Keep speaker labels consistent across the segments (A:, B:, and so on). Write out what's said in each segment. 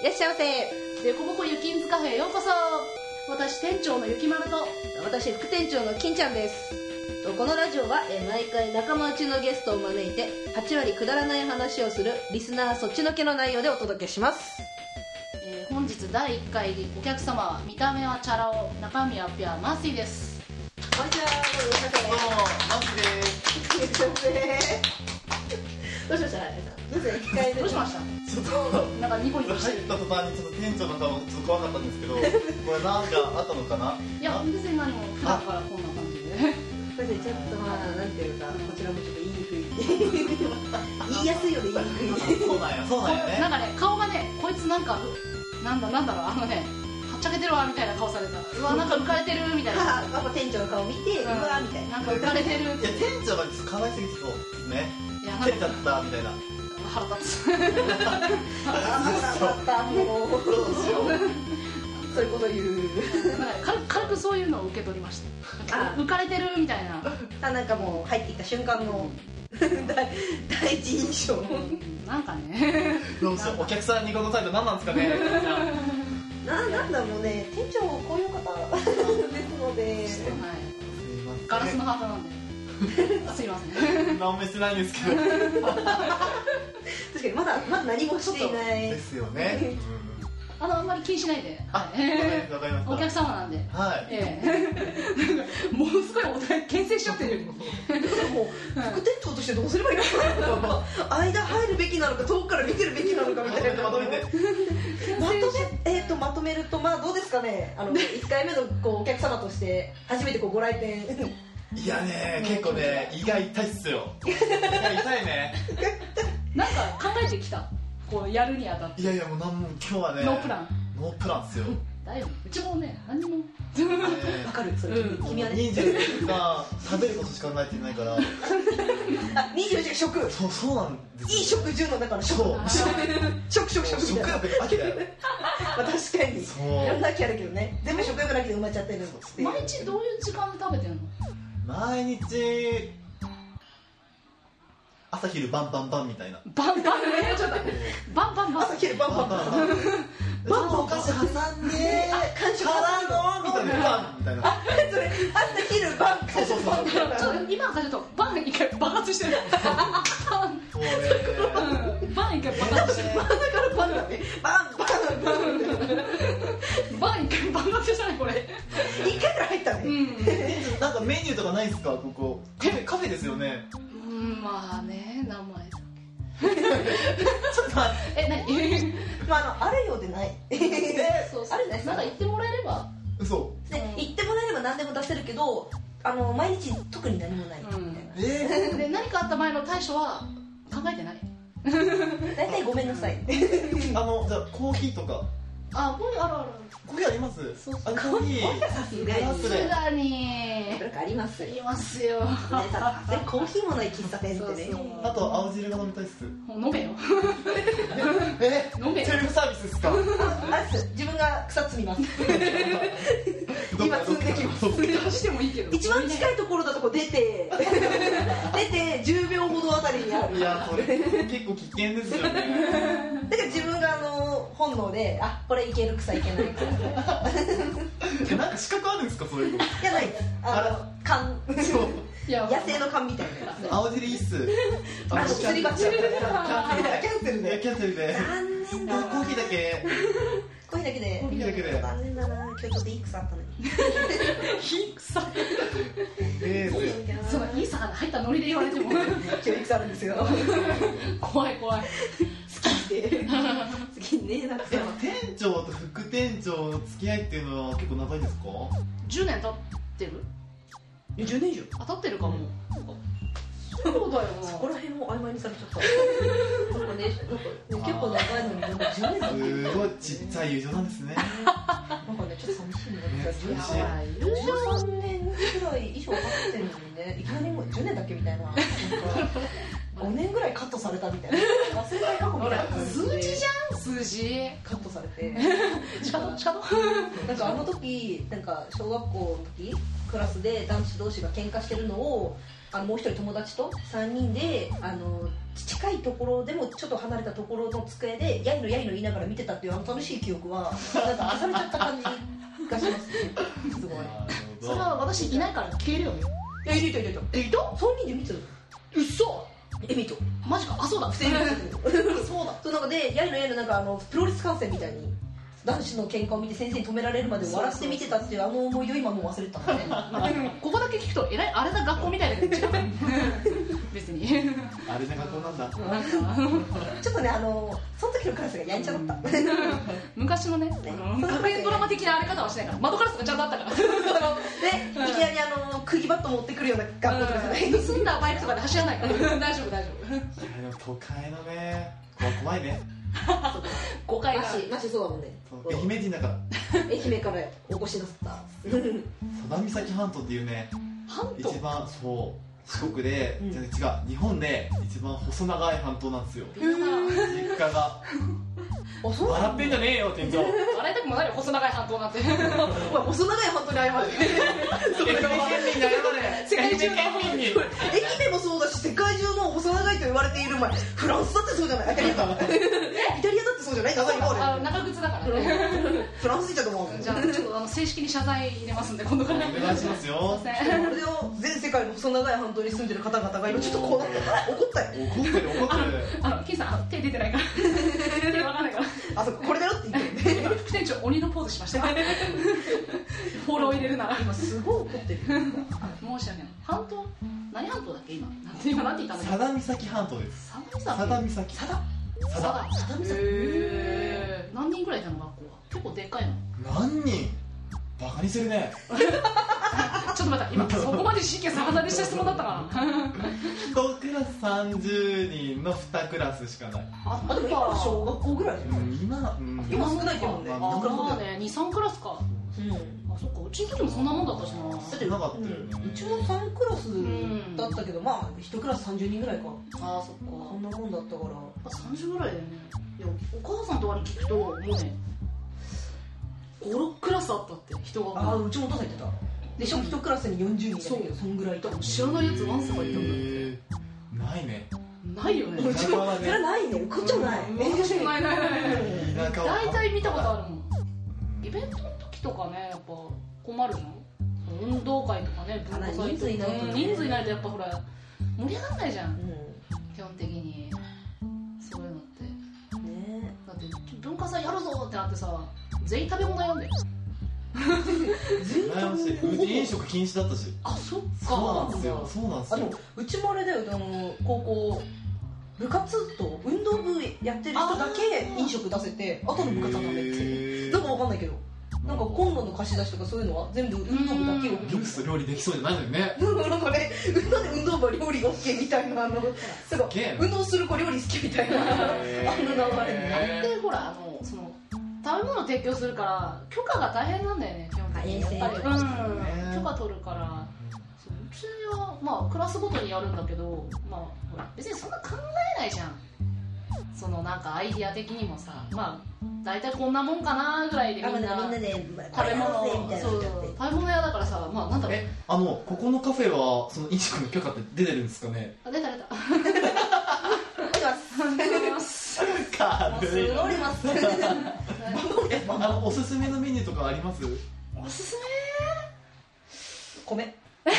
A: いらっしゃいませ
B: デコボコゆきんずカフェへようこそ私店長のゆきまると
A: 私副店長の金ちゃんですとこのラジオはえー毎回仲間内のゲストを招いて8割くだらない話をするリスナーそっちのけの内容でお届けします
B: えー本日第1回お客様は見た目はチャラ男中身はピュアマーシーです
A: こんにちは
C: どうも、マスです。
A: どうしましたなぜ控え
B: どうしました
C: ちょっと、入
B: なんかニコニコしてる
C: った途端に、ちょっと店長の顔、ちょっと怖かったんですけ ど、これなんかあったのかない
B: や別に何も普段からこんな感じで
D: これでちょっとまあなんていうかこちらもちょっと言いにくい言いやすいよね言いにくい
C: そうなんや、そうなん
B: な
C: や
B: ん
C: ね。
B: かね顔がねこいつなんかなんだなんだろうあのねはっちゃけてるわみたいな顔されたうわなんか浮かれてるみたいな
D: 母パパ店長の顔見て、う
B: うん
D: わーみたいな
B: なんか浮かれてるい
C: いや、店長がちょっと可愛すぎてそう。 ね。
B: やなん
C: 店だ
B: か
C: った、みたいな。
B: 腹 立つ
D: ああまたもう
C: どうしよう。
D: そういうこと言う
B: なんか軽く軽くそういうのを受け取りましたなんか浮かれてるみたいな
D: あなんかもう入ってきた瞬間の 第第一印象
B: うんなんかね
C: どうしよう。お客さんにこの態度何なんですかね。
D: ななんだろうね店長こういう方ですので
B: はいガ
C: ガ
B: ラ
C: ラ
B: ス
C: ス
B: のハートなんですいません
C: 何もしてないんで すけど。
D: 確かにまだまだ何もしていない
C: ですよね。
B: あのあんまり気にしないで
C: あ、わ
B: は
C: か
B: い
C: りわかりま
B: お客
C: し
B: 様なんで
C: た。はい。
B: ええものすごいお互い牽制しちゃってる
D: もう副店長としてどうすればいいのか間入るべきなのか遠くから見てるべきなのかみ
C: まと
D: た
C: め
D: いな
C: てまとめて。
D: まとめ,、えー、とまとめると、まあ、どうですかね、あの1回目のこうお客様として、初めてこうご来店、
C: いやね、結構ね、胃が痛いっ すよ。胃が痛いね。
B: なんか考えてきたこうやるにあたって
C: いやいや、もうなんも、今日はね。
B: ノープラン
C: ノープランっすよ。
B: 大丈夫うちもね何にも
C: ね
D: わかる、それ、
B: う ん
D: 君はね、
C: 24時間食べることしか考えてないから
D: あ24時間食、
C: そうそうなんです
D: いい食中の中の食、
C: そう
D: 食、食、食、食
C: 食
D: みたいな、
C: やべ秋だよ
D: まあ、確かに、
C: そう
D: やんなきゃだけどね、全部食欲なきゃ埋まっちゃってるっていう
B: 毎日どういう時間で食べてんの
C: 毎日朝昼バンバンバンみたいな
B: バンバンねちょっとバンバンバン
D: 朝昼晩
C: バンバンバンちょっとお菓子挟んで
D: 完食
C: のみたいなバンみたいな
D: それ朝昼晩
C: そうそうそう
B: ちょっと今からちょっとバン一回爆発してるバン
C: そうね
B: うんバン一回爆発して
D: だからパンだねバンバンバン
B: るバン一回爆発したねこれ
D: 一回から入った
B: う
D: ね
B: ん
C: なんかメニューとかないですかここカフェカフェですよね
B: うんまあね名前
C: ちょっと待って
B: え何
D: まああのあるようでない
B: そうそ
D: ある
B: う
D: ね
B: なんか言ってもらえれば
C: 嘘
D: で言ってもらえれば何でも出せるけどあの毎日特に何もないみたい
C: えー
B: で何かあった前の対処は考えてない
D: な大体ごめんなさい
C: あのじゃあコーヒーとか
B: あもうあるある
C: コーヒーあります
B: そうそう
C: あコーヒー
D: さす
C: がに
B: さすがに
D: なんかありますよ
B: い
D: ね
B: ますよ
D: さねコーヒーもない喫茶店ってね
B: そうそう
C: あと青汁が飲みたいっす
B: もう飲めよ
C: え
B: 飲めよ
C: セルフサービスです
D: あ
C: か
D: れです自分が草摘みます今積んできます
B: 出してもいいけど
D: 一番近いところだとこう出て出て10秒ほどあたりにある
C: いやそれ結構危険ですよね
D: だから自分があの本能であこれいける草いけない草い
C: えなんか資格あるんですかそういうの
D: やないですあの勘
C: そう
B: いや
D: 野生の勘みたいな
C: 青汁いいっす
D: あの
C: キャ
D: す
C: ン
D: り
C: キャ
D: 鉢だったから
C: ンセルでキャンセルで
D: 残念だ
C: コーヒーだけ
D: これだけで
C: コーヒーだけで
D: 残念だな今日ちょっといい草あったのに
B: ひくさ
C: えー
B: そのいいさが入ったノリで言われても
D: 教育されるんですよ
B: 怖い怖い
D: 次ねなんか
C: え店長と副店長の付き合いっていうのは結構長いですか
B: 10年経ってる
D: 10年以上
B: あ経ってるかもそうだよな
D: そこら辺も曖昧にされちゃったなんかねなんかね結構長いのになんか10年だって
C: すごいちっちゃい友情なんですね
D: なんかねちょっと寂しいね
C: ね
B: いや
C: 嬉し
B: ほ
C: い
B: ら友情
D: 13年くらい以上経ってるのにねいきなりもう10年だっけみたいななんか5年ぐらいカットされたみたいな忘れた過去みたい
B: ほ
D: な
B: ら
D: 感じ
B: 数
D: で
B: 字じゃん数字
D: カットされて
B: しかもしかも
D: なんかあの時なんか小学校の時クラスで男子同士が喧嘩してるのをあのもう一人友達と3人であの近いところでもちょっと離れたところの机でやいのやいの言いながら見てたっていうあの楽しい記憶はなんかされちゃった感じがしますねすごい
C: なるほ
B: そ
C: ど
B: れは私いないから消えるよね
D: えいたいたいた
B: えいた
D: 3人で見てたの
B: うっそ
D: え見た
B: マジかあそうだ不正
D: 正
B: そうだ
D: そうなんかでやいのやいのなんかあのプロレス観戦みたいに男子の喧嘩を見て先生に止められるまで笑って見てたっていうあの思い出を今もう忘れてたのね
B: まあでもここだけ聞くとえらいあれだ学校みたいな違う別に
C: あれな学校なん
B: な
C: だ
B: んか
D: ちょっとね、あの、その時のクラスがやんちゃだった。
B: 昔のねあの学園ドラマ的なあれ方はしないから窓ガラスがちゃんとあったから
D: で、いきなりあの、釘バット持ってくるような学校とかじゃない。
B: 盗んだバイクとかで走らないから大丈夫大丈
C: いやでも都会のね怖怖いね
B: 夫5回が
D: マシ、マシそうだもんね。
C: そう愛媛人だから
D: 愛媛からお越しなさった。
C: 佐田岬半島っていうね
B: 半島
C: 一番そう四国で、
D: うん
C: じゃあ違う日本で一番細長い半島なんですよ
B: 微妙だな
C: 実家が
D: あ、そう
C: 笑ってんじゃねえよ天井
B: 笑いたくもないよ細長い半島なんて
D: お前、細長い本当に謝る。
C: 愛媛県民に謝れ
D: 世界中の
C: 愛媛県民に
D: 愛媛もそうだし、世界中の細長いと言われているお前、フランスだってそうじゃないイタリアか。イタリアだってそうじゃない中にもあ
B: あ
D: る。
B: 長靴だ からね
D: フランス人だと思うもん。
B: じゃあちょっとあの正式に謝罪入れますんで今度から
C: お願いしますよ
B: すいません
D: これを全世界の細長い半島に住んでる方々が今ちょっとこうなって怒ったよ
C: 怒ってる怒ってる
B: あの金さん手出てないから手わかんないから
D: あそここれだよって言ってるね
B: 副店長鬼のポーズしましたよフォロー入れるなら今申し
D: すごい怒ってる
B: 訳ない半島何半島だっけ今なんて今なんて言ったんだっ
C: 佐田岬半島です
B: け佐
C: 佐
B: 々
C: 田
B: 木
C: 岬
D: ただ
B: さん
C: 佐田
B: 佐々木さん
D: へ
B: へー何人ぐらいいたの学校は結構でっかいの
C: 何人バカにしてるね
B: ちょっと待った今そこまで神経逆なでした質問だったかな
C: 1クラス30人の2クラスしかない、
B: あ
D: あでも今は小学校ぐらいじゃ
C: う
D: ない
C: ん、今、うん、
D: 今少ないけどね
C: まあ
B: あ
C: ま
D: だ
B: まあね23クラスかあ
D: うん
B: そっかうちの時もそんなもんだったし
C: だ
B: な
C: ってなかったよね、
D: うちも3クラスだったけどまあ1クラス30人ぐらいか
B: あそっ
D: そんなもんだったから
B: あ30ぐらいだよねいやお母さんとかに聞くともうね56クラスあったって人が
D: ああうちもお父さん言ってたでしょ1クラスに40人だけ
B: そう
D: どそんぐらいいた
B: だから知らないやつワンサがいたんだよ
C: へーないね
B: ないよね
D: うちもそれないねこっちもない
B: 私もないないないない
C: 田舎は
B: 大体見たことあるもん
C: うん
B: イベントの時とかねやっぱ困るじゃん運動会とかね文化祭とか
D: 人数いないとね
B: うん人数いないとやっぱほら盛り上がらないじゃん
D: う
B: 基本的にそういうのって
D: んね
B: だって文化祭やるぞってなってさ全員食べ物やんだよ
D: 全員
C: 羨ましいうち飲食禁止だったし
B: あそっか
C: そうなんですよそうなんです
D: あの
C: よ
D: うちもあれだよあの高校部活と運動部やってる人だけ飲食出せてあとの部活はダメって
C: へー
D: なんかわかんないけどなんかコンロの貸し出しとかそういうのは全部運動部だけ
B: うん
D: OK
C: ルース料理できそうじゃないのにね
D: なんかね運動で運動部は料理 OK みたいなあのすごい
C: げえな
D: 運動する子料理好きみたいなあの流れね
B: だってほらあのその食べ物提供するから許可が大変なんだよね基本的に
D: あ衛生
B: やっぱり、
D: と
C: ね
B: うん、許可取るからそううちはまあクラスごとにやるんだけどまあほら別にそんな考えないじゃんそのなんかアイディア的にもさまあ大体こんなもんかなぐらいでみんな
D: で
B: 食べ物そう食べ物屋だからさまあなんだろう
C: えあのここのカフェはその飲食の許可って出てるんですかね
B: あ出た出た
D: すごいま
C: す
D: す
C: えあのおすすめのメニューとかあります
B: おすす
D: 米
B: め、え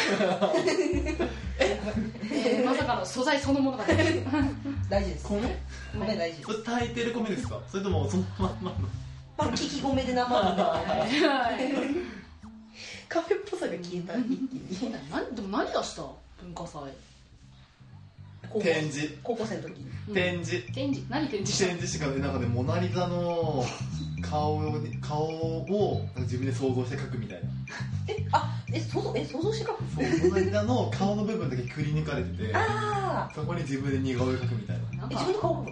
B: ーまさかの素材そのものが出てきた
D: 大事です
C: 米
D: 米 大事
C: それ炊いてる米ですかそれともそのまんまの
D: まあ聞き米で生みたいな
B: はい
D: カフェっぽさが消えた一気に
B: 何でも何出した文化祭
D: 高校
C: 展示
D: 高校生の時
C: 展示
B: 展示何展示し
C: 展示しかなんかねモナ・リザの顔に顔をなんか自分で想像して描くみたいな
D: えあえ想像え想像してか
C: そうモナ・リザの顔の部分だけくり抜かれてて
D: ああ
C: そこに自分で似顔絵描くみたいな
B: たなん
D: え自分
B: か
D: の顔も
C: そう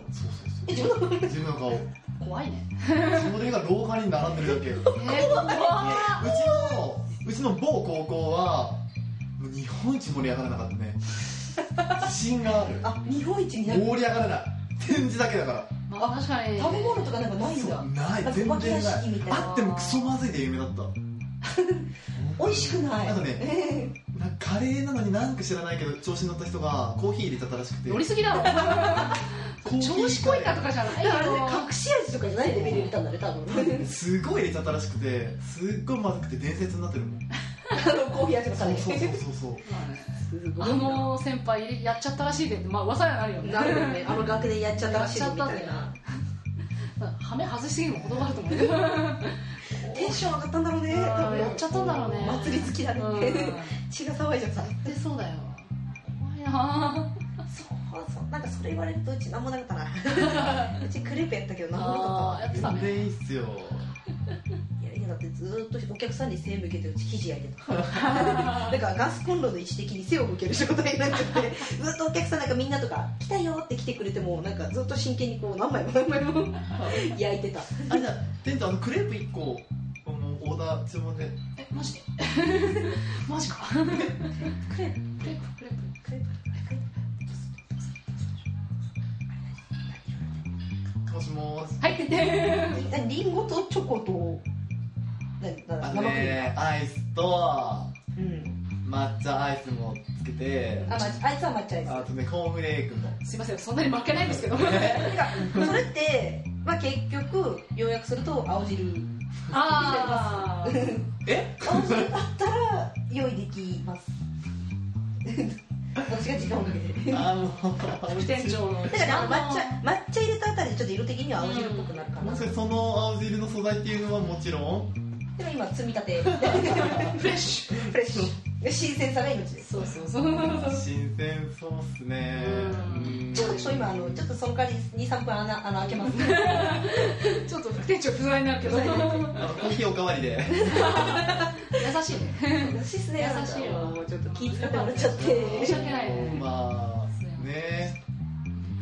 D: え
C: そう
D: 自分の
C: そう自分の顔
B: 怖いね
C: それが廊下に並んでるだけう
B: え
C: ち
B: ー、怖
C: のうちの某高校はもう日本一盛り上がらなかったね自信がある
D: あ日本一になる
C: 盛り上がらない展示だけだから
B: まあ確かに
D: 食べ物とかなんかないんだ
C: ない
D: なんか
C: 全
D: お化け
C: 然
D: 屋
C: な
D: 敷
C: い
D: みたい
C: あ
D: な
C: ってもクソまずいで有名だった
D: 美味しくない
C: あとね
D: ええ
C: なんかカレーなのになんか知らないけど調子に乗った人がコーヒー入れちゃったらしくて
B: 乗りすぎだろ
C: コーヒー
B: 調子こいかとかじゃない
D: だからあれ
B: よ
D: ね隠し味とかじゃないレベル入れたんだね多 分
C: すごい入れちゃったらしくてすっごいまずくて伝説になってるもん
D: あのコーヒー味がさ
C: そ
D: れ
C: う
D: て
C: そうそうそうそう
B: まあね
D: すごい
B: あ
D: な
B: の先輩やっちゃったらしいでってまあ噂にはなるよ ね
D: なるよねあの学年やっちゃったらしいぞみた
B: やっ
D: い
B: ちゃった
D: な
B: ハメ外しすぎるも言葉あると思うけどうん
D: テンション上がったんだろうね多分
B: やっちゃったんだろうね
D: 祭り好きだね、血が騒いじゃった
B: 出そうだよ怖いな
D: そうそうなんかそれ言われるとうち何もなかったな うちクレープやったけど何もな
B: あ
D: か
B: ーやってた
C: 全
B: ね
C: 然いいっすよ
D: ったいやいやだってずーっとお客さんに背向けてうち生地焼いてた だからガスコンロの位置的に背を向ける仕事になっちゃ ってずっとお客さんなんかみんなとか「来たよ」って来てくれてもなんかずっと真剣にこう何枚も何枚 も焼いてた
C: あれじゃあ店長あのクレープ1個あのオーダー注文で
B: えマジで マジか
D: クレープ
B: クレープクレー
D: ク
B: プ
D: レープクレー
C: もしもーす
B: 入ってて
D: プ何リンゴとチョコと何だ
C: あ
D: 生
C: の
D: クリーム
C: ねアイスと
D: うん
C: 抹茶アイスもつけて
D: あ、まあ、あいつは抹茶です
C: あとねコーンフレークも
B: すいませんそんなに負けないんですけ ど
D: てかそれって、まあ、結局要約すると青汁
B: ああ
C: え
D: 青汁だったら用意できます 私が時間をかけて
C: あの
B: 副店長の
D: だからねあの抹茶抹茶入れたあたりでちょっと色的には青汁っぽくなるかな、
C: もしかしてその青汁の素材っていうのはもちろん
D: でも今積み立て フ
B: フレッシュ
D: レッシュで新鮮さが命です
B: そうそうそう
C: 新鮮そうっすね
B: うん
C: うん
D: ちょっと今あのちょっとその代わり23分穴穴開けます
B: ちょっと副店長不在になるけど
D: 不在にな
C: あのコーヒーおかわりで
B: 優しいね
D: 優しいっすね
B: 優しいよ
D: もうちょっと気使ってもらっちゃって
B: 申し訳ないね
C: まあね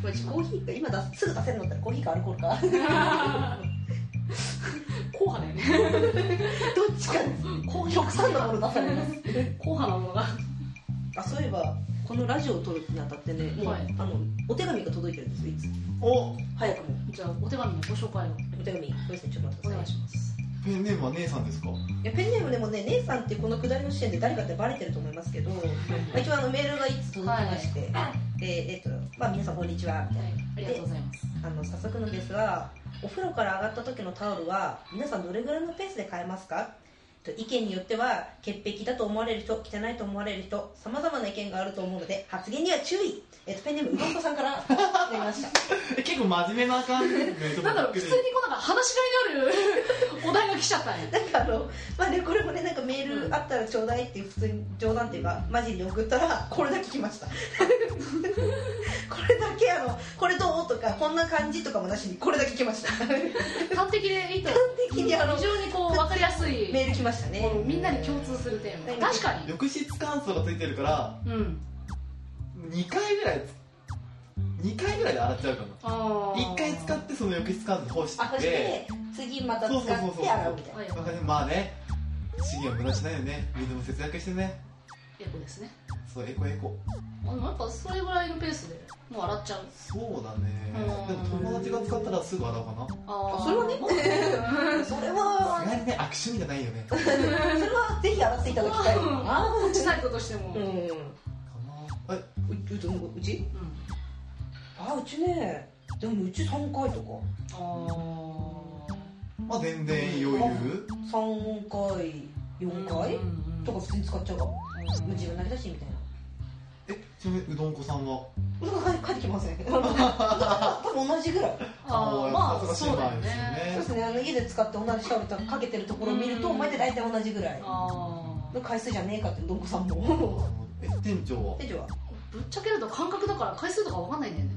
D: うちコーヒーが今出すすぐ出せるのったらコーヒーかアルコール か
B: 硬派だよね
D: どっちかです極端なもの出されます
B: 硬派なものが
D: あそういえばこのラジオを撮るにあたってね、もう
B: はい
D: あのお手紙が届いてるんですよいつ
C: お
D: 早くも
B: じゃあお手紙のご紹介を
D: お手紙そうですねちょっと待って
B: お
D: くだ
B: 願
D: さ
B: い
D: い
B: します
C: ペンネームは姉さんですか
D: いやペンネームでもね姉さんってこの下りの時点で誰かってバレてると思いますけど、まあ、一応あのメールがいつ届きまして、でえっとまあ皆さんこんにちは
B: はいありがとうございます
D: あの早速のですがお風呂から上がった時のタオルは皆さんどれぐらいのペースで買えますかと意見によっては潔癖だと思われる人汚いと思われる人さまざまな意見があると思うので発言には注意、えっと、ペンネームうどんこさんからい ただきました
C: え結構真面目な感じですねちょっと
B: なんだろう
C: び
B: 普
C: っく
B: 通
C: り
B: にこうなんか話しがいのあるお題が来ちゃったね
D: なんかあの、まあね、これもねなんかメールあったらちょうだいっていう普通に冗談っていうかマジに送ったらこれだけ来ま したこれだけあのこれどうとかこんな感じとかもなしにこれだけ来ました
B: 端的でいいと
D: 端的にあの
B: 非常にこう分かりやすい
D: メール来ましたね
B: みんなに共通するテーマ確かに
C: 浴室乾燥がついてるから
B: うん
C: 2回ぐらい2回ぐらいで洗っちゃうかな
B: あー
C: 1回使ってその浴室乾燥干して
D: あそして次また使って洗うみたいな
B: はい
C: わかるまあね資源を無駄にしないよね水も節約してね
B: エコですね
C: そうエコエコ
B: あでもやっぱそれぐらいのペースでもう洗っちゃう
C: そうだね
B: うん
C: でも友達が使ったらすぐ洗うか
B: あー
D: それはね それ
C: なさす
D: は
C: がにね悪趣味じゃないよねか
D: それはぜひ洗っていただきたいな
B: 落ちないことしても、
D: う
B: うん
D: ん
C: なえ
D: ううどんうちあうちねでもうち3回とか
B: あー
C: まあ全然余裕
D: 3回4回、
B: うんうんうん
D: とか普通に使っちゃうかも
B: うん
D: 自分なりだしみたいな
C: えちなみにうどんこさんは
D: うん帰ってきま せん多分同じぐらい
B: あーまあそうだよね
D: そうですねあの家で使って同じシャワーかけてるところを見ると
B: うん
D: お前って大体同じぐらい
B: あー
D: の回数じゃねえかってどんこさん
C: あ
D: も
C: のえ店長は
D: 店長は
B: ぶっちゃけると感覚だから回数とか分かんないんだよね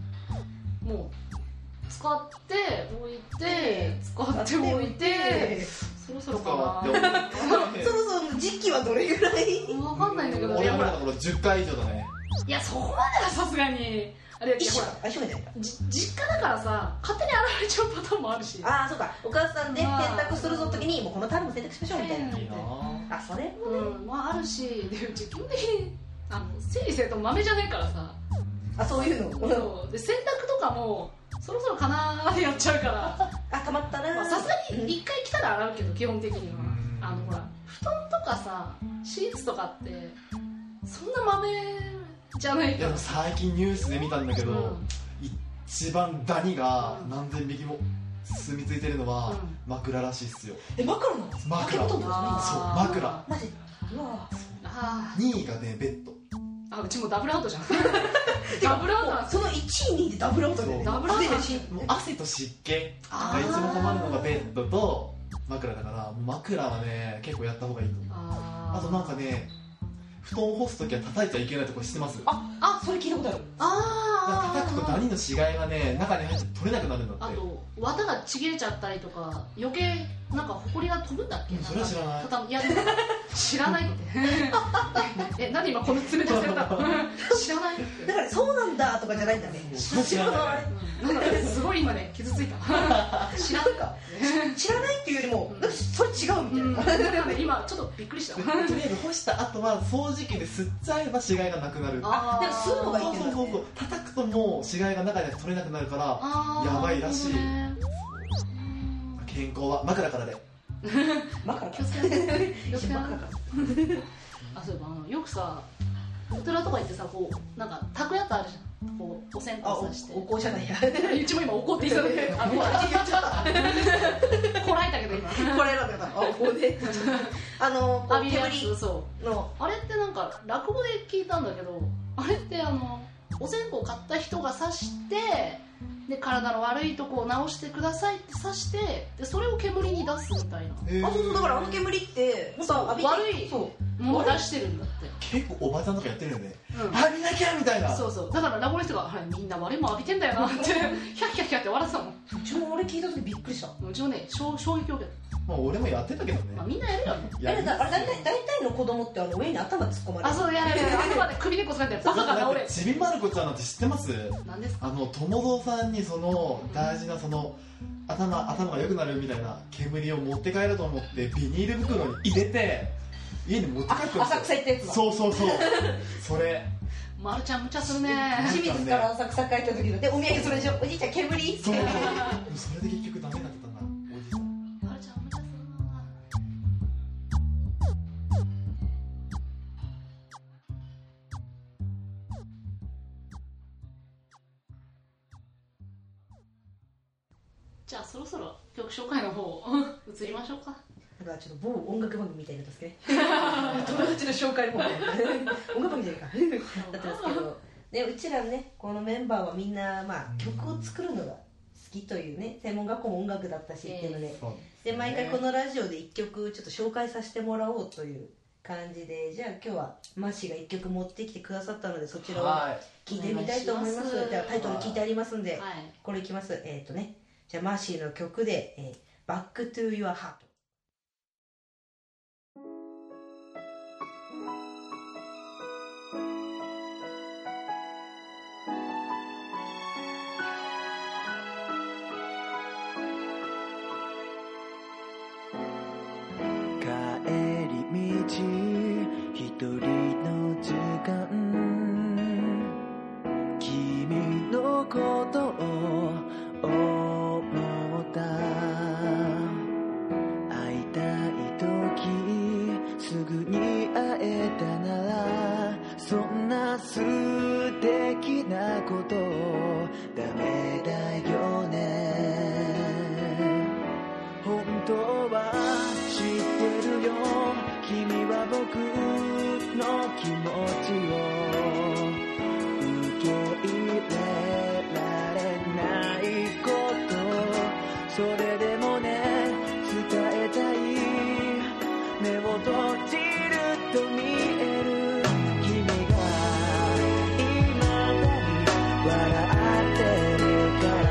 B: もう使って置いて使って置いてそろそろ
C: 使わ
B: か
C: って
B: な
C: 思っ
D: そろそろ時期はどれぐらい
B: 分かんないんだけ
C: て
B: ど
C: 俺
B: ね
C: は
B: ほ
C: まだ
B: ら
C: この10回以上だね
B: いやそこまではさすがにあれい
D: 一
B: や
D: 緒
B: ほ
D: から相性みたいな
B: じ実家だからさ勝手に洗われちゃうパターンもあるし
D: ああそうかお母さんで洗
B: まあ
D: 濯するぞ時にもうこのタイムも洗濯しましょうみたい
B: うん
D: な
C: あ
D: あそれも
B: うんまああるしでうち基本的にあの整理整頓豆じゃねえからさ
D: あそういうの
B: そうで洗濯とかもそろそろかなーってやっちゃうから
D: あたまったな
B: まあさすがに一回来たら洗うけど基本的には
C: うん
B: あのほら布団とかさシーツとかってそんな豆じゃない
C: い
B: か
C: や
B: ら
C: でも最近ニュースで見たんだけど、
B: うん
C: 一番ダニが
B: うん
C: 何千匹も住み着いてるのは
B: うん
C: 枕らしいっすよ
D: え枕なの
C: 枕
D: 掛け布団とか
C: そう
B: あー
C: 枕
B: あ
D: じゃないのマジうわ
B: ー
C: 2位がねベッド
B: あうちもダブルアウトじゃんダブルアウトなんです
D: その1位2位でダブルアウトだよね
B: ダブルアウト
D: 汗がし
C: もう汗と湿気
B: あ
C: が
B: ー
C: 一番困るのがベッドと枕だからもう枕はね結構やった方がいいと思う
B: あー
C: あとなんかね布団を干す時は叩いちゃいけないとこしてます
D: ああそれ聞いたことある
B: あー
C: 叩くとダニの死骸がね中に入って取れなくなるんだ
B: あ
C: って
B: と綿がちぎれちゃったりとか余計なんか埃が飛ぶんだっけ
C: うんそれは知らない
B: 畳いやでも知らないって えなんで今この爪で捨てた の知らないって
D: だからそうなんだとかじゃないんだね
C: そう知らない
D: あれ
B: なんかすごい今ね傷ついた知らんか
D: 知らないっていうよりも
B: うん
D: なんかそれ違うみたい
B: うん
D: な
B: なんかね今ちょっとびっくりした
C: でとりあえず干した後は掃除機で吸っちゃえば死骸がなくなる
D: あでも吸うのがいい
C: そうそうそうそう叩くともう死骸が中に取れなくなるから
B: あー
C: やばいらしい
B: なるほどね
C: 健康は枕からで
D: 枕
B: 気をつけな気をつけな
D: 枕か
B: あそういえばあのよくさお寺とか行ってさこうなんか炊くやつあるじゃんこうお線
D: あ
B: 香
D: お
B: さして
D: お香じゃないや
B: うちも今怒っていただい てあのこらえたけど今
D: これ選んだからあお香であのこ
B: あ
D: う
B: びるや
D: 煙
B: つそう
D: の
B: あれってなんか落語で聞いたんだけどあれってあのお線香を買った人が刺してで体の悪いとこを直してくださいって刺してでそれを煙に出すみたいな
C: えー
D: あそうそうだからあの煙ってさ浴びて
B: 悪い
D: そう
B: ものを出してるんだって、
C: 結構おばちゃんとかやってるよね
B: うん
C: 浴びなきゃみたいな
B: そうそうだからラボレストがあれみんな悪いもん浴びてんだよなって ヒャッヒャッヒャッって笑ってたも
D: うちも俺聞いた時びっくりした
B: んうちもね衝衝撃を受け
C: まあ俺もやってたけど
B: た、
C: ね
B: まあ、みんなやるよね
D: あれ
C: ります
D: だあれ大体大体の子供ってあの上に頭突っ込まれ
B: あ
D: る
B: そうやるやるあくまで首根っこつかんでバカが
C: な
B: 倒
C: んか
B: れ
C: ちびまる子ちゃんなんて知ってます
B: なんですか
C: あの友蔵さんにその大事なその頭頭が良くなるみたいな煙を持って帰ろうと思ってビニール袋に入れて家に持って帰って
D: あ浅草行ったやつだ
C: そうそうそうそれ
B: まるちゃん無茶するね
D: 清水から浅草帰った時のでお土産それでしょおじいちゃん煙って
C: そうでもそれで結局ダメだったなおじいさん
B: まるちゃん無茶するなじゃあそろそろ曲紹介の方を移りましょう か
D: なんかちょっと某音楽番組みたいになってますけどね友達の紹介も 音楽番組じゃないかだったんですけどでうちらのねこのメンバーはみんな、まあ、曲を作るのが好きというね専門学校も音楽だったしっていうので,、
C: そう
D: で毎回このラジオで1曲ちょっと紹介させてもらおうという感じでじゃあ今日はマッシーが1曲持ってきてくださったのでそちらを
C: はい
D: 聴いてみたいと思います
B: お願いします
D: ではタイトル聞いてありますんで、
B: はい
D: これいきますえっ、とねじゃあマーシーの曲で「えー、バックトゥーユアハート
E: 帰り道一人の時間君のことを思った会いたい時すぐに会えたならそんな素敵なことダメだよね本当は知ってるよ君は僕の気持ちを受け入れられないことそれでもね伝えたい目を閉じると見える君が今だに笑ってるから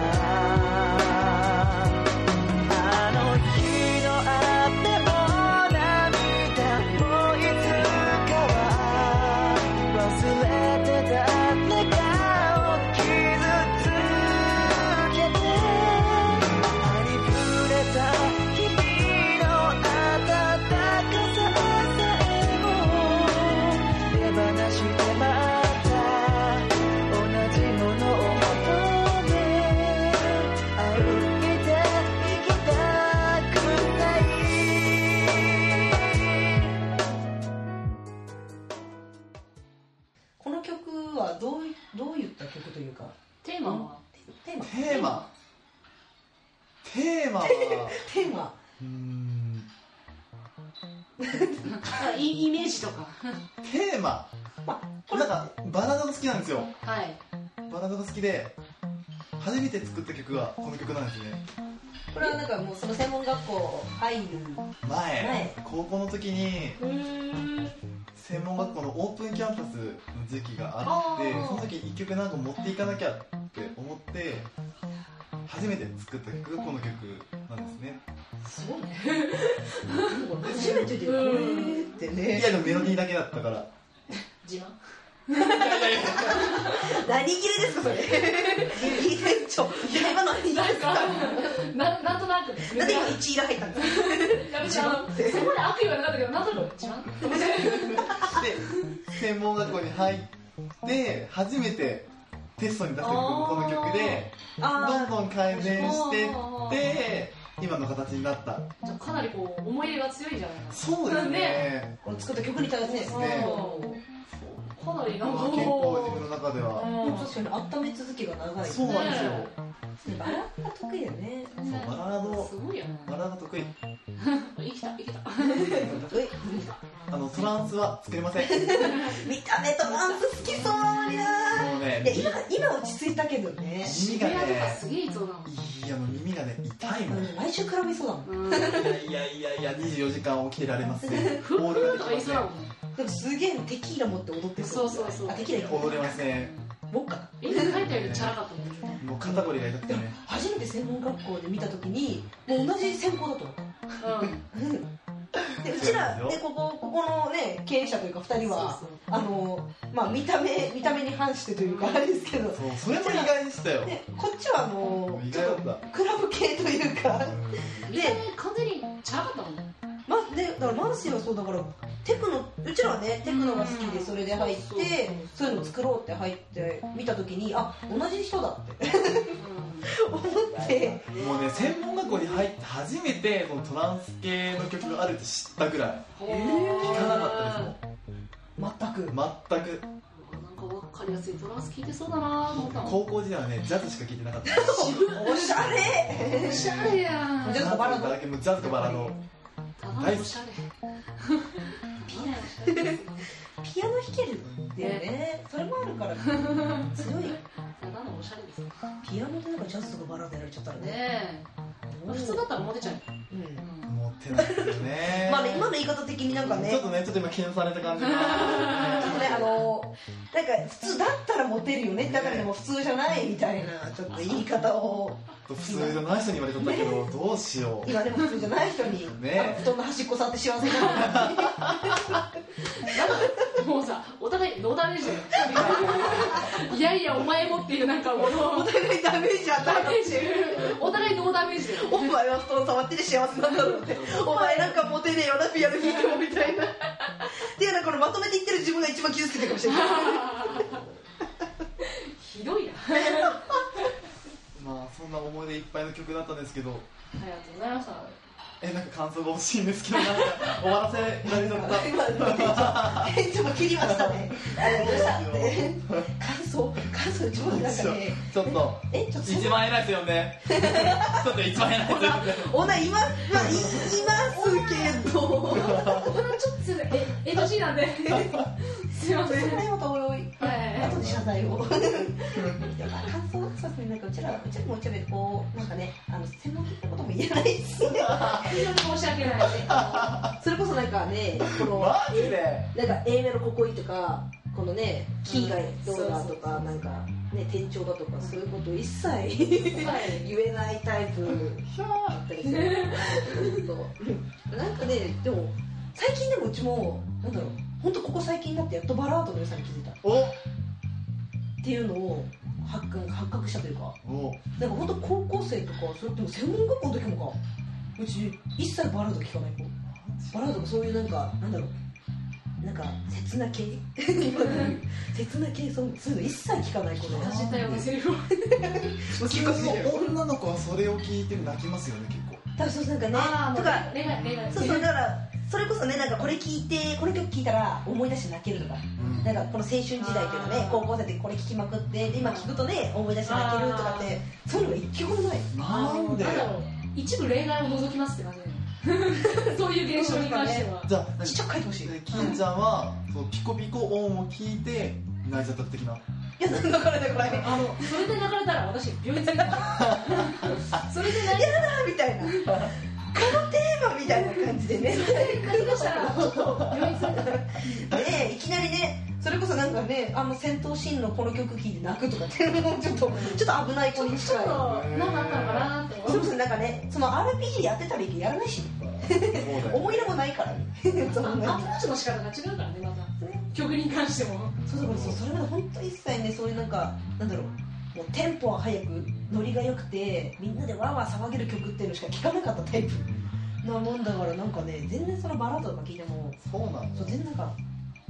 E: あの日のあっても涙もいつかは
D: この曲はどういどういった曲というか
B: テーマは
D: テーマ
C: テーマテーマは
D: テーマ
C: うーん
B: あイイメージとか
C: テーマ
D: ま
C: これなんかバラードが好きなんですよ
B: はい
C: バラードが好きで初めて作った曲がこの曲なんですね
D: これはなんかもうその専門学校入る
C: 前、
D: 前
C: 高校の時に
D: うーん
C: 専門学校のオープンキャンパスの時期があって
B: あー
C: その時に1曲なんか持っていかなきゃって思って初めて作った曲がこの曲なんですね
D: すごいね初めてでこれって
C: い
D: ね
C: やでもメロディーだけだったから
B: 自慢
D: 何切れですかそれいいねちょ今の何切れですか
B: ななんとなく
D: なんで今1位が入ったんですか
B: やめちゃうそこで悪意はなかったけどなんだろう自慢
C: で専門学校に入って初めてテストに出した曲がこの曲でど
D: あ
C: んどん改善してっ
B: あー
C: て今の形になった
B: じゃあかなりこう思い入れが強いんじゃないかな
C: そうですね
D: あこの作った曲に対して
C: す
D: ね
C: ね
B: あーかなりなんか
C: まあ結構自分の中では
D: で
B: う
D: も
B: ん
D: 確かに温め続きが長い
C: そうなんですよ
B: ね
D: バラが得意だよね
C: そうバラード
B: すごいよ
C: バ
B: な
C: ラード得意
B: 生きた生きた
D: うい
C: あのトランスは作れません
D: 見た目トランス好きそうにな
C: もうね
D: いや今今落ち着いたけどね
C: 耳が
B: 部屋とか
C: ね
B: すげえいそうだもん
C: いやもう耳がね痛いもんい
D: うん毎週絡みそうだもん
B: うん
C: やいやいやいや24時間起きてられますね
B: ふん
C: オールが
B: ふん
C: で
B: と
C: き
B: か言
C: ま
B: いそうんだ
C: せ
B: もんね
D: でもすげえテキーラ持って踊って
B: そうそうそう
D: あテキーラ
C: 踊れません
D: もっか
B: え書いたよりチャラかったもんね
C: もう肩こりが痛くて
D: でも
C: ね
D: 初めて専門学校で見た時にもう同じ専攻だと思った
B: うん
D: でうちらでここここのね経営者というか2人は
B: そう
D: あのまあ見た目見た目に反してというかあれですけど
C: そうそれも意外でしたよ
D: でこっちはあの
C: 意外だった
D: クラブ系というか
B: そう
D: で
B: 見た目完全にチャラかったもんね
D: まあでだからマンシーはそうだからテクノうちらはねテクノが好きでそれで入って
B: そうそうそう
D: そういうの作ろうって入って見た時にあ同じ人だって思って
C: もうね専門学校に入って初めてこのトランス系の曲があるって知ったぐらい
B: うん
C: 聞かなかった
D: 全く
C: ですもん全く
B: なんかわかりやすいトランス聞いてそうだなと思ったもん
C: 高校時代はねジャズしか聴いてなかった
D: おしゃれ
B: おしゃれやん
D: ジャズとバラの
C: だけもうジャズとバラの
B: ただ のおしゃれピ
D: ピアノ弾けるんだよねそれもあるから強い
B: ただのおしゃれですね
D: ピアノでなんかジャズとかバラードやられちゃったらね
B: え
D: うん
B: 普通だったらモテちゃうよ
D: うん
B: うん
C: 持ってないですよね
D: まあね今の言い方的になんかね
C: ちょっとねちょっと今検査された感じが
D: ちょっとねあのなんか普通だったらモテるよねだからでも普通じゃないみたいなちょっと言い方を
C: 普通じゃない人に言われちゃったけど、どうしよう
D: 今でも普通じゃない人に、
C: ね
D: あの布団の端っこ触って幸せになる
B: もうさお互いノーダメージだよいやいやお前もっていうなんかもう
D: お互いダメージ与えて
B: お互いノーダメージだよ
D: お前は布団触ってて幸せなんだろうってお前なんかモテねえよなピアノ弾いてもみたいなっていうなんかこのまとめて言ってる自分が一番傷つけてるかもしれない
B: ひどいなあ
C: まあそんな思い出いっぱいの曲だったんですけど
B: りがとうございました
C: えなんか感想が欲しいんですけどなんか終わらせられちゃった
D: 今店長店長切りましたねありがとうございましたって感想感想一番なんかね
C: ちょっと
D: えちょっとそんな
C: 一番偉いですよねちょっと一番偉いですよね
D: おな、います、まあ、いいますけど。
B: これはちょっとすいませんえ NG なんですいま
D: そ
B: せん
D: れはまた俺はい
B: はい
D: 後で謝罪を。 いやまあ感想はそうですね、なんかうちら、うちらもうちらでこう、なんかね、あの、専門的なことも言えない ですね。
B: 非常に申し訳ないです
D: それこそなんかね、この、
C: マジで
D: なんか A メロここいいとか、このね、キーがどうだとか、
B: うん
D: なんか、ね、転調だとか、そういうこと一切 言えないタイプだったりする。そうなんかね、でも、最近でもうちも、なんだろう、ほんとここ最近だってやっとバラードの良さに気づいた。
C: お
D: っていうのを発覚発覚したというか
C: お
D: なんか本当高校生とかそれとも専門学校の時もかうち一切バラード聞かない子バラードもそういうなんかなんだろうなんか切な系切な系そうそういうの一切聞かない子で
B: 走ったようなセリフを
C: 結構女の子はそれを聞いて泣きますよね結構
D: 多分そうなんかね
B: ああも
D: と
B: う
D: か
B: 恋愛恋愛
D: そうそうだからそれこそねなんかこれ聞いてこの曲聞いたら思い出して泣けるとか
C: うん
D: なんかこの青春時代というか
B: あ
D: ね
B: ー
D: 高校生でこれ聞きまくってで今聞くとね思い出して泣けるとかってそういうのが一曲もない
C: なんで
B: なんだろう一部例外を除きますって感じだよねそういう現象に関しては
C: じゃあ
D: ちっちゃく書いてほしいい
C: 金ちゃんはそのピコピコ音を聞いて泣いちゃった的な
D: やなんだこれだこれ
B: あのそれで泣かれたら私病院着いたそれで泣い
D: やだみたいなこのテーマみたいな感じでね
B: 泣き出したらちょっと病院着いた
D: ねえいきなりねそれこそなんかねあの戦闘シーンのこの曲聴いて泣くとかっていうのもちょっとちょっと危ない子に
B: ちょ
D: 近
B: っ
D: い
B: となんかあったのかなって
D: それこそなんかねその RPG やってたらいいけどやらないし
C: そうだよ
D: 思い入れもないからねそん
B: あ
D: な
B: ア
D: に
B: プローチの仕方が違うからねまた曲に関しても
D: そうそうそうそれまで本当一切ねそういうなんかなんだろうもうテンポは速くノリが良くてみんなでわーわー騒げる曲っていうのしか聴かなかったタイプなもんだからなんかね全然そのバラードとか聴いても
C: そうなん
D: そう
C: だへ
D: 全然なんか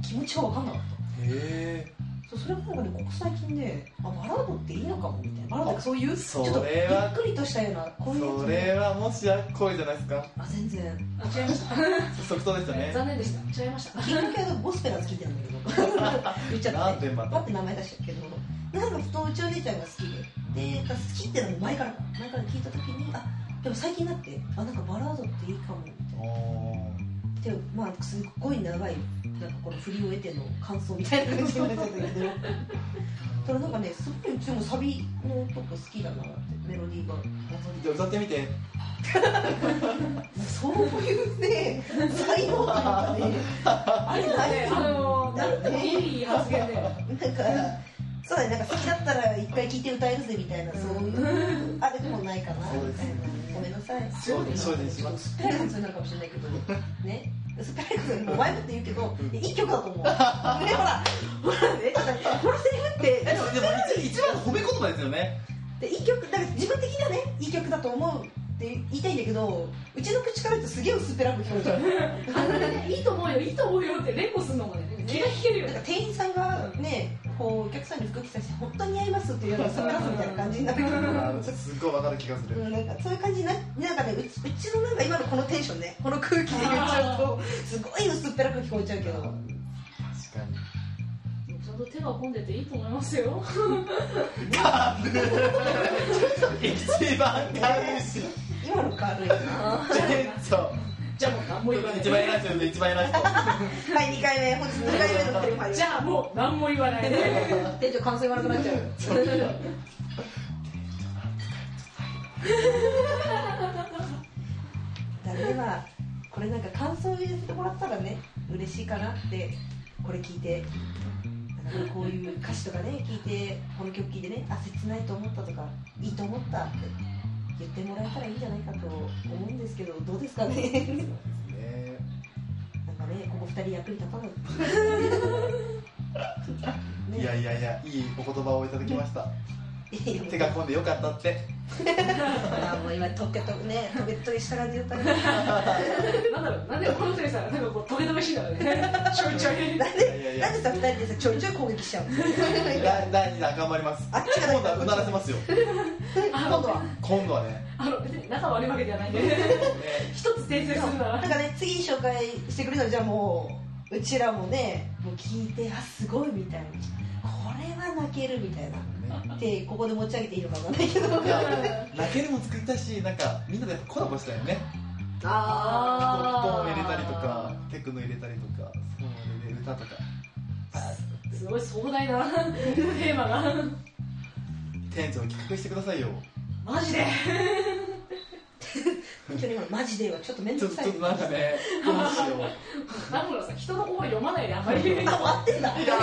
D: 気持ちが分かんなかった
C: え
D: そうそれがなんかねここ最近であバラードっていいのかもみたいなバラードってそういうち
C: そ
D: ょっとび
C: れ
D: っ
C: は
D: くりとしたようなこういうやつ
C: それはもしや声じゃないですか
D: あ全然
B: あ違いました
C: 即答でしたね
B: 残念でした違いました
D: きっかけはゴスペラーズ聞いてたんだけど 言っちゃった、
C: な
D: ね
C: ん、でま
D: パ
C: た
D: って名前出したけどなんかふとうちおじいちゃんが好きでで好きってのも前から前から聞いた時にあでも最近になってあなんかバラードっていいかもみたいな
C: お
D: でまあすっごい長いなんかこの振りを得ての感想みたいな感じになっちゃったけどただなんかねすごいでもサビのとこ好きだなってメロディーが
C: じゃあ歌ってみて
D: そういうね才能がねあれないよ
B: あのなんてもいい発言で
D: なんかそうだねなんか好きだったら一回聴いて歌えるぜみたいなそういうあでもないかな
C: そう
D: み
C: です
D: たい
C: ね
D: なごめんなさい
C: そうですそうです
D: ちょっとすっぱいことになるかもしれないけどねすっぱいこと前もって言うけど
C: うん
D: いい曲だと思うねほらほらねこのセリフって
C: えでもでも一一番の褒め言葉ですよね
D: でいい曲だから自分的にはねいい曲だと思うって言いたいんだけどうちの口から言うとすげえ薄っぺらく聞こえちゃう
B: あのねいいと思うよいいと思うよって連呼するのもね気が引けるよ
D: なんか店員さんがねこうお客さんに服着させて本当に似合いますっていうようなサプライズみたいな感じになるけど
C: あのすっごいわかる気がす
D: う
C: る
D: んなんかそういう感じにななんかねうちうちのなんか今のこのテンションねこの空気で言っちゃうとすごい薄っぺらく聞こえちゃうけど
C: 確かに
B: ちゃんと手が込んでていいと思いますよ
C: 一番軽いし
D: 今の軽いなは
C: ちょっ
B: じゃあもう何も言わ
C: と
B: ない
C: 一番偉い人で一番偉い
D: い
C: 人
D: 2回目本日2回目のテーマ
B: じゃあもう何も言わないで
D: 店長感想悪くなっちゃう誰ではこれなんか感想を入れてもらったらね嬉しいかなってこれ聞いてなんかこういう歌詞とかね聞いてこの曲聞いてねあ切ないと思ったとかいいと思ったって言ってもらえたらいいんじゃないかと思うんですけどどうですかね
C: ね
D: なんかねここ2人役に立たない
C: いや
D: ね
C: いやいやいいお言葉をいただきました
D: いや
C: 手が込んでよかったって
D: あーもう今トケトケねトゲトゲした感じだったね
B: なんだろうなんでこの人にさなんかこうとげとげしいんだろうねちょいちょ
D: な
B: い
D: ん
C: いやいや
D: で
C: いや
D: なんでさ2人でさちょいちょい攻撃しちゃうの
C: 第第2弾頑張ります
D: あっちが
C: 今度はうならせますよ
D: 今度は
C: 今度はね
B: あの別に仲悪いわけではないんで
C: ね
B: 一つ訂正するな
D: なん
B: ら
D: かね次に紹介してくれたらじゃあもううちらもねもう聞いてあすごいみたいなこれは泣けるみたいなでここで持ち上げていいのかわかんない けど
C: いや泣けるも作りたいしなんかみんなでコラボしたよねポップコーン入れたりとかテクノ入れたりとかそうで歌とか
B: すごい壮大なテーマが
C: 店長企画してくださいよ
B: マジで
D: 本当に今のマジではちょっと面
C: ちょ
D: 倒くさい
C: っとちょっとなんかねどうしよ
B: なんだろうさ人の心読まないであんまり
D: あ終わってんだ
C: う
D: い
C: いやー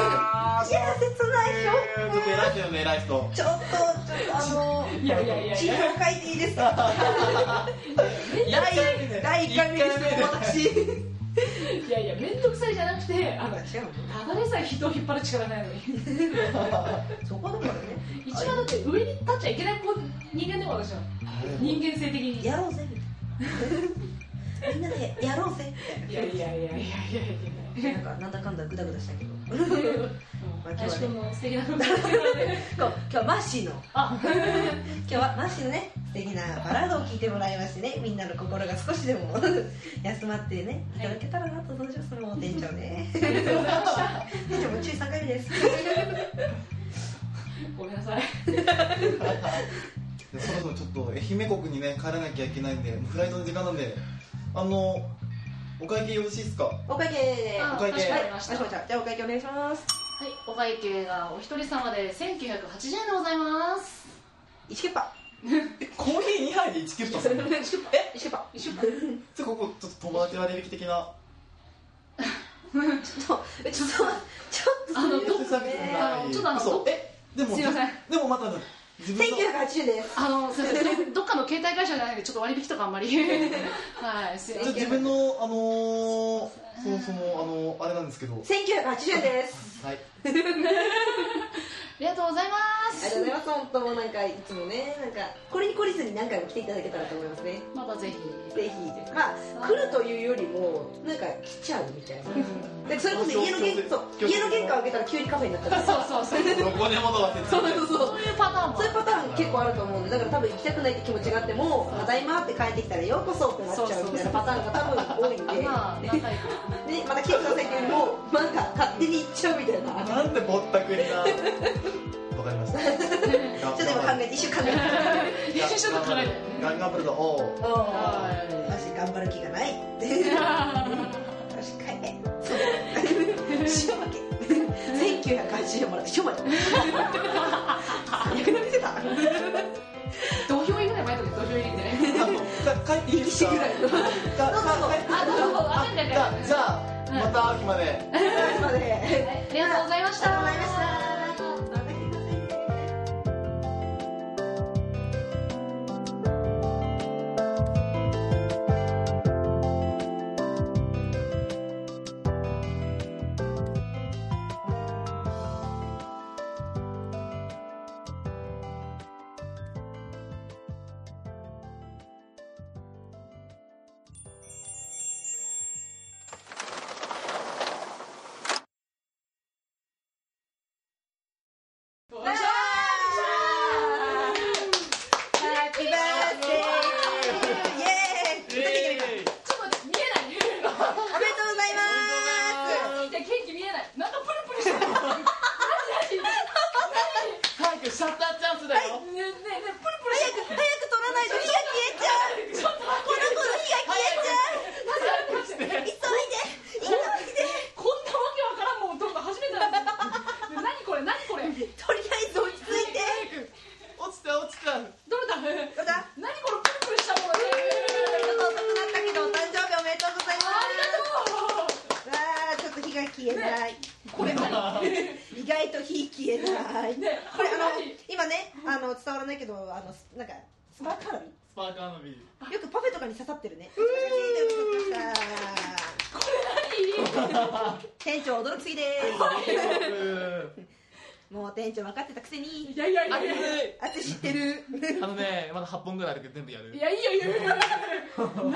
D: や切ないでしょ
C: ちょっと偉い人よね偉い人
D: ちょっとちょっとあの
B: いやいやいやい
D: チー
B: や
D: ムを書いていいです か第第1回目にしても私
B: いやいや面倒くさいじゃなくてあの
D: 違うの
B: ただでさえ人を引っ張る力ないのに
D: そこだからね
B: 一番だって上に立っちゃいけない人間でも私は人間性的にいや
D: やろうぜみたいなみんなでやろうぜみたい
B: いやいやいやいやいや
D: ななんかなんだかんだグダグダしたけど
B: うん林くんも素敵なの
D: 今日はマッシーの
B: あ
D: 今日はマッシーのね素敵なバラードを聴いてもらいましてねみんなの心が少しでも 休まってねいただけたらなと同情するもん店長ね店長も注意3回目です
B: ごめんなさい
C: でそろそろちょっと愛媛国にね帰らなきゃいけないんでもうフライトの時間なんであのお会計よろしいですか
D: お会計で
B: あ
D: は
C: お会
B: か
C: 計
B: しこまり
D: い
B: ま
D: わ
B: し
D: か
B: た
D: りましたじゃあお会計お願いします
B: はい、お会計がお一人様で1980円でございます。
D: 一キュッパ
C: コーヒー2杯 で1キュッパする
D: え一キュッパ
B: 一緒か。う
C: ちょここちょっと友達割引的
D: ち
C: な
D: ょっとえちょっとちょっと
B: あのど
C: っか
B: あのちょっとあの
C: そう
B: ど
C: えでも
B: すいません
C: でもまた自分の
D: 1980円です
B: あの、すいませんどどっかの携帯会社じゃないんで、ちょっと割引とかあんまり。はい、すいま
C: じ
B: せ
C: ゃあ
B: ん。
C: 自分のあのー、そもそもあのあれなんですけどはい
D: 1980円です
B: ありがとうございま
D: ありがとうご。
B: す
D: ざいます本当もうなんかいつもねなんかこれに懲りずに何回も来ていただけたらと思いますね
B: またぜひ。
D: ぜひまあ来るというよりもなんか来ちゃうみたいなだからそれこそ家の
C: そう
D: 玄そう
C: そう
D: 家の玄関を開けたら急にカフェになったりとか
B: そうそうそう。
C: どこでもドアって
D: そうそうそう
B: そういうパターンも
D: そうい。うパターン結構あると思うんでだから多分行きたくないって気持ちがあっても「ただいま」って帰ってきたら「ようこそ」ってなっちゃうみたいなパターンが多分多いんで
B: まあ、何回か。
D: でまた来てくださいっていうよりもなんか勝手に行っちゃうみたいなちょ
C: なんでぼったくりなわかりました
D: っと今考えて一瞬考え
B: 一瞬ちょっと辛いよね。
C: ガンガンブルドおう
D: てお
B: は
D: 私頑張る気がないって
B: い
D: 確かにそう塩負け1980円もらって塩負け逆の見せた
B: 土俵入りぐらい前とか土俵入りみたいな。
C: あのじゃあ帰ってき
D: 一
C: た
D: 緒ぐらいの
C: だ
D: どうぞどうぞ
B: あ、どうも、あり
C: じゃあじゃあまた秋まで
D: まで
B: がとうございま
D: あ
B: し
D: りが
B: た。
D: とうございました頑張ってくださいね
B: お願いします
D: ハッピーバースデーイエーイ出てきてみます
B: ちょっと待って見えない見えない
D: おめでとうございます
B: いやケーキ見えないなんかプルプルしてる何
C: 早くシャッターチャンスだよ
B: 何ねねねプルプル
D: 早く早く取らないと火が消えちゃうこの子の火が消えちゃう
B: ちょっと待って
D: 急いで急いで
B: こんなわけわからんもん撮るの初めてなんですよね何これ何これ落ち
D: とりあえず落ち着いて
C: 落ちた落ちた
B: どれ
D: どう
B: だ
D: だ
B: 何このプルプルしたもんあ
D: ちょっと遅くなったけどお誕生日おめでとうございます
B: りがとう
D: わあちょっと火が消えない
B: これ何
D: 意外と火消えない
B: ね
D: これあの
B: 何
D: 今ねあの伝わらないけどあのなんかスパーカー
C: スパーカーのビール
D: よくパフェとかに刺さってるねうーん
B: 何
D: 店長驚きすぎですもう店長分かってたくせに
B: いやいやいやいや
D: あつ知ってる
C: あのねまだ8本ぐらいあるけど全部やる
B: いやいいよいいよいいよ何の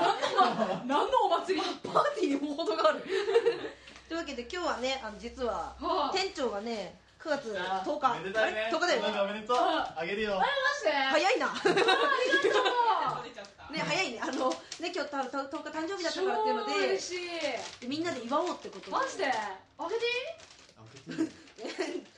B: 何のお祭り
D: パーティーにも程があるというわけで今日はねあの実は
B: はあ
D: 店長がね9月10日
C: めでたいね
D: 10日だよね
C: おめでとうあげるよ
B: マジで
D: 早いな
B: ちょっと
D: ね、早いね、あの、ね、今日た、た、十日誕生日だったからっていうの
B: 超
D: で
B: 嬉、しい
D: みんなで祝おうってこと。
B: マジで開けていい
C: あ開けていい
D: で。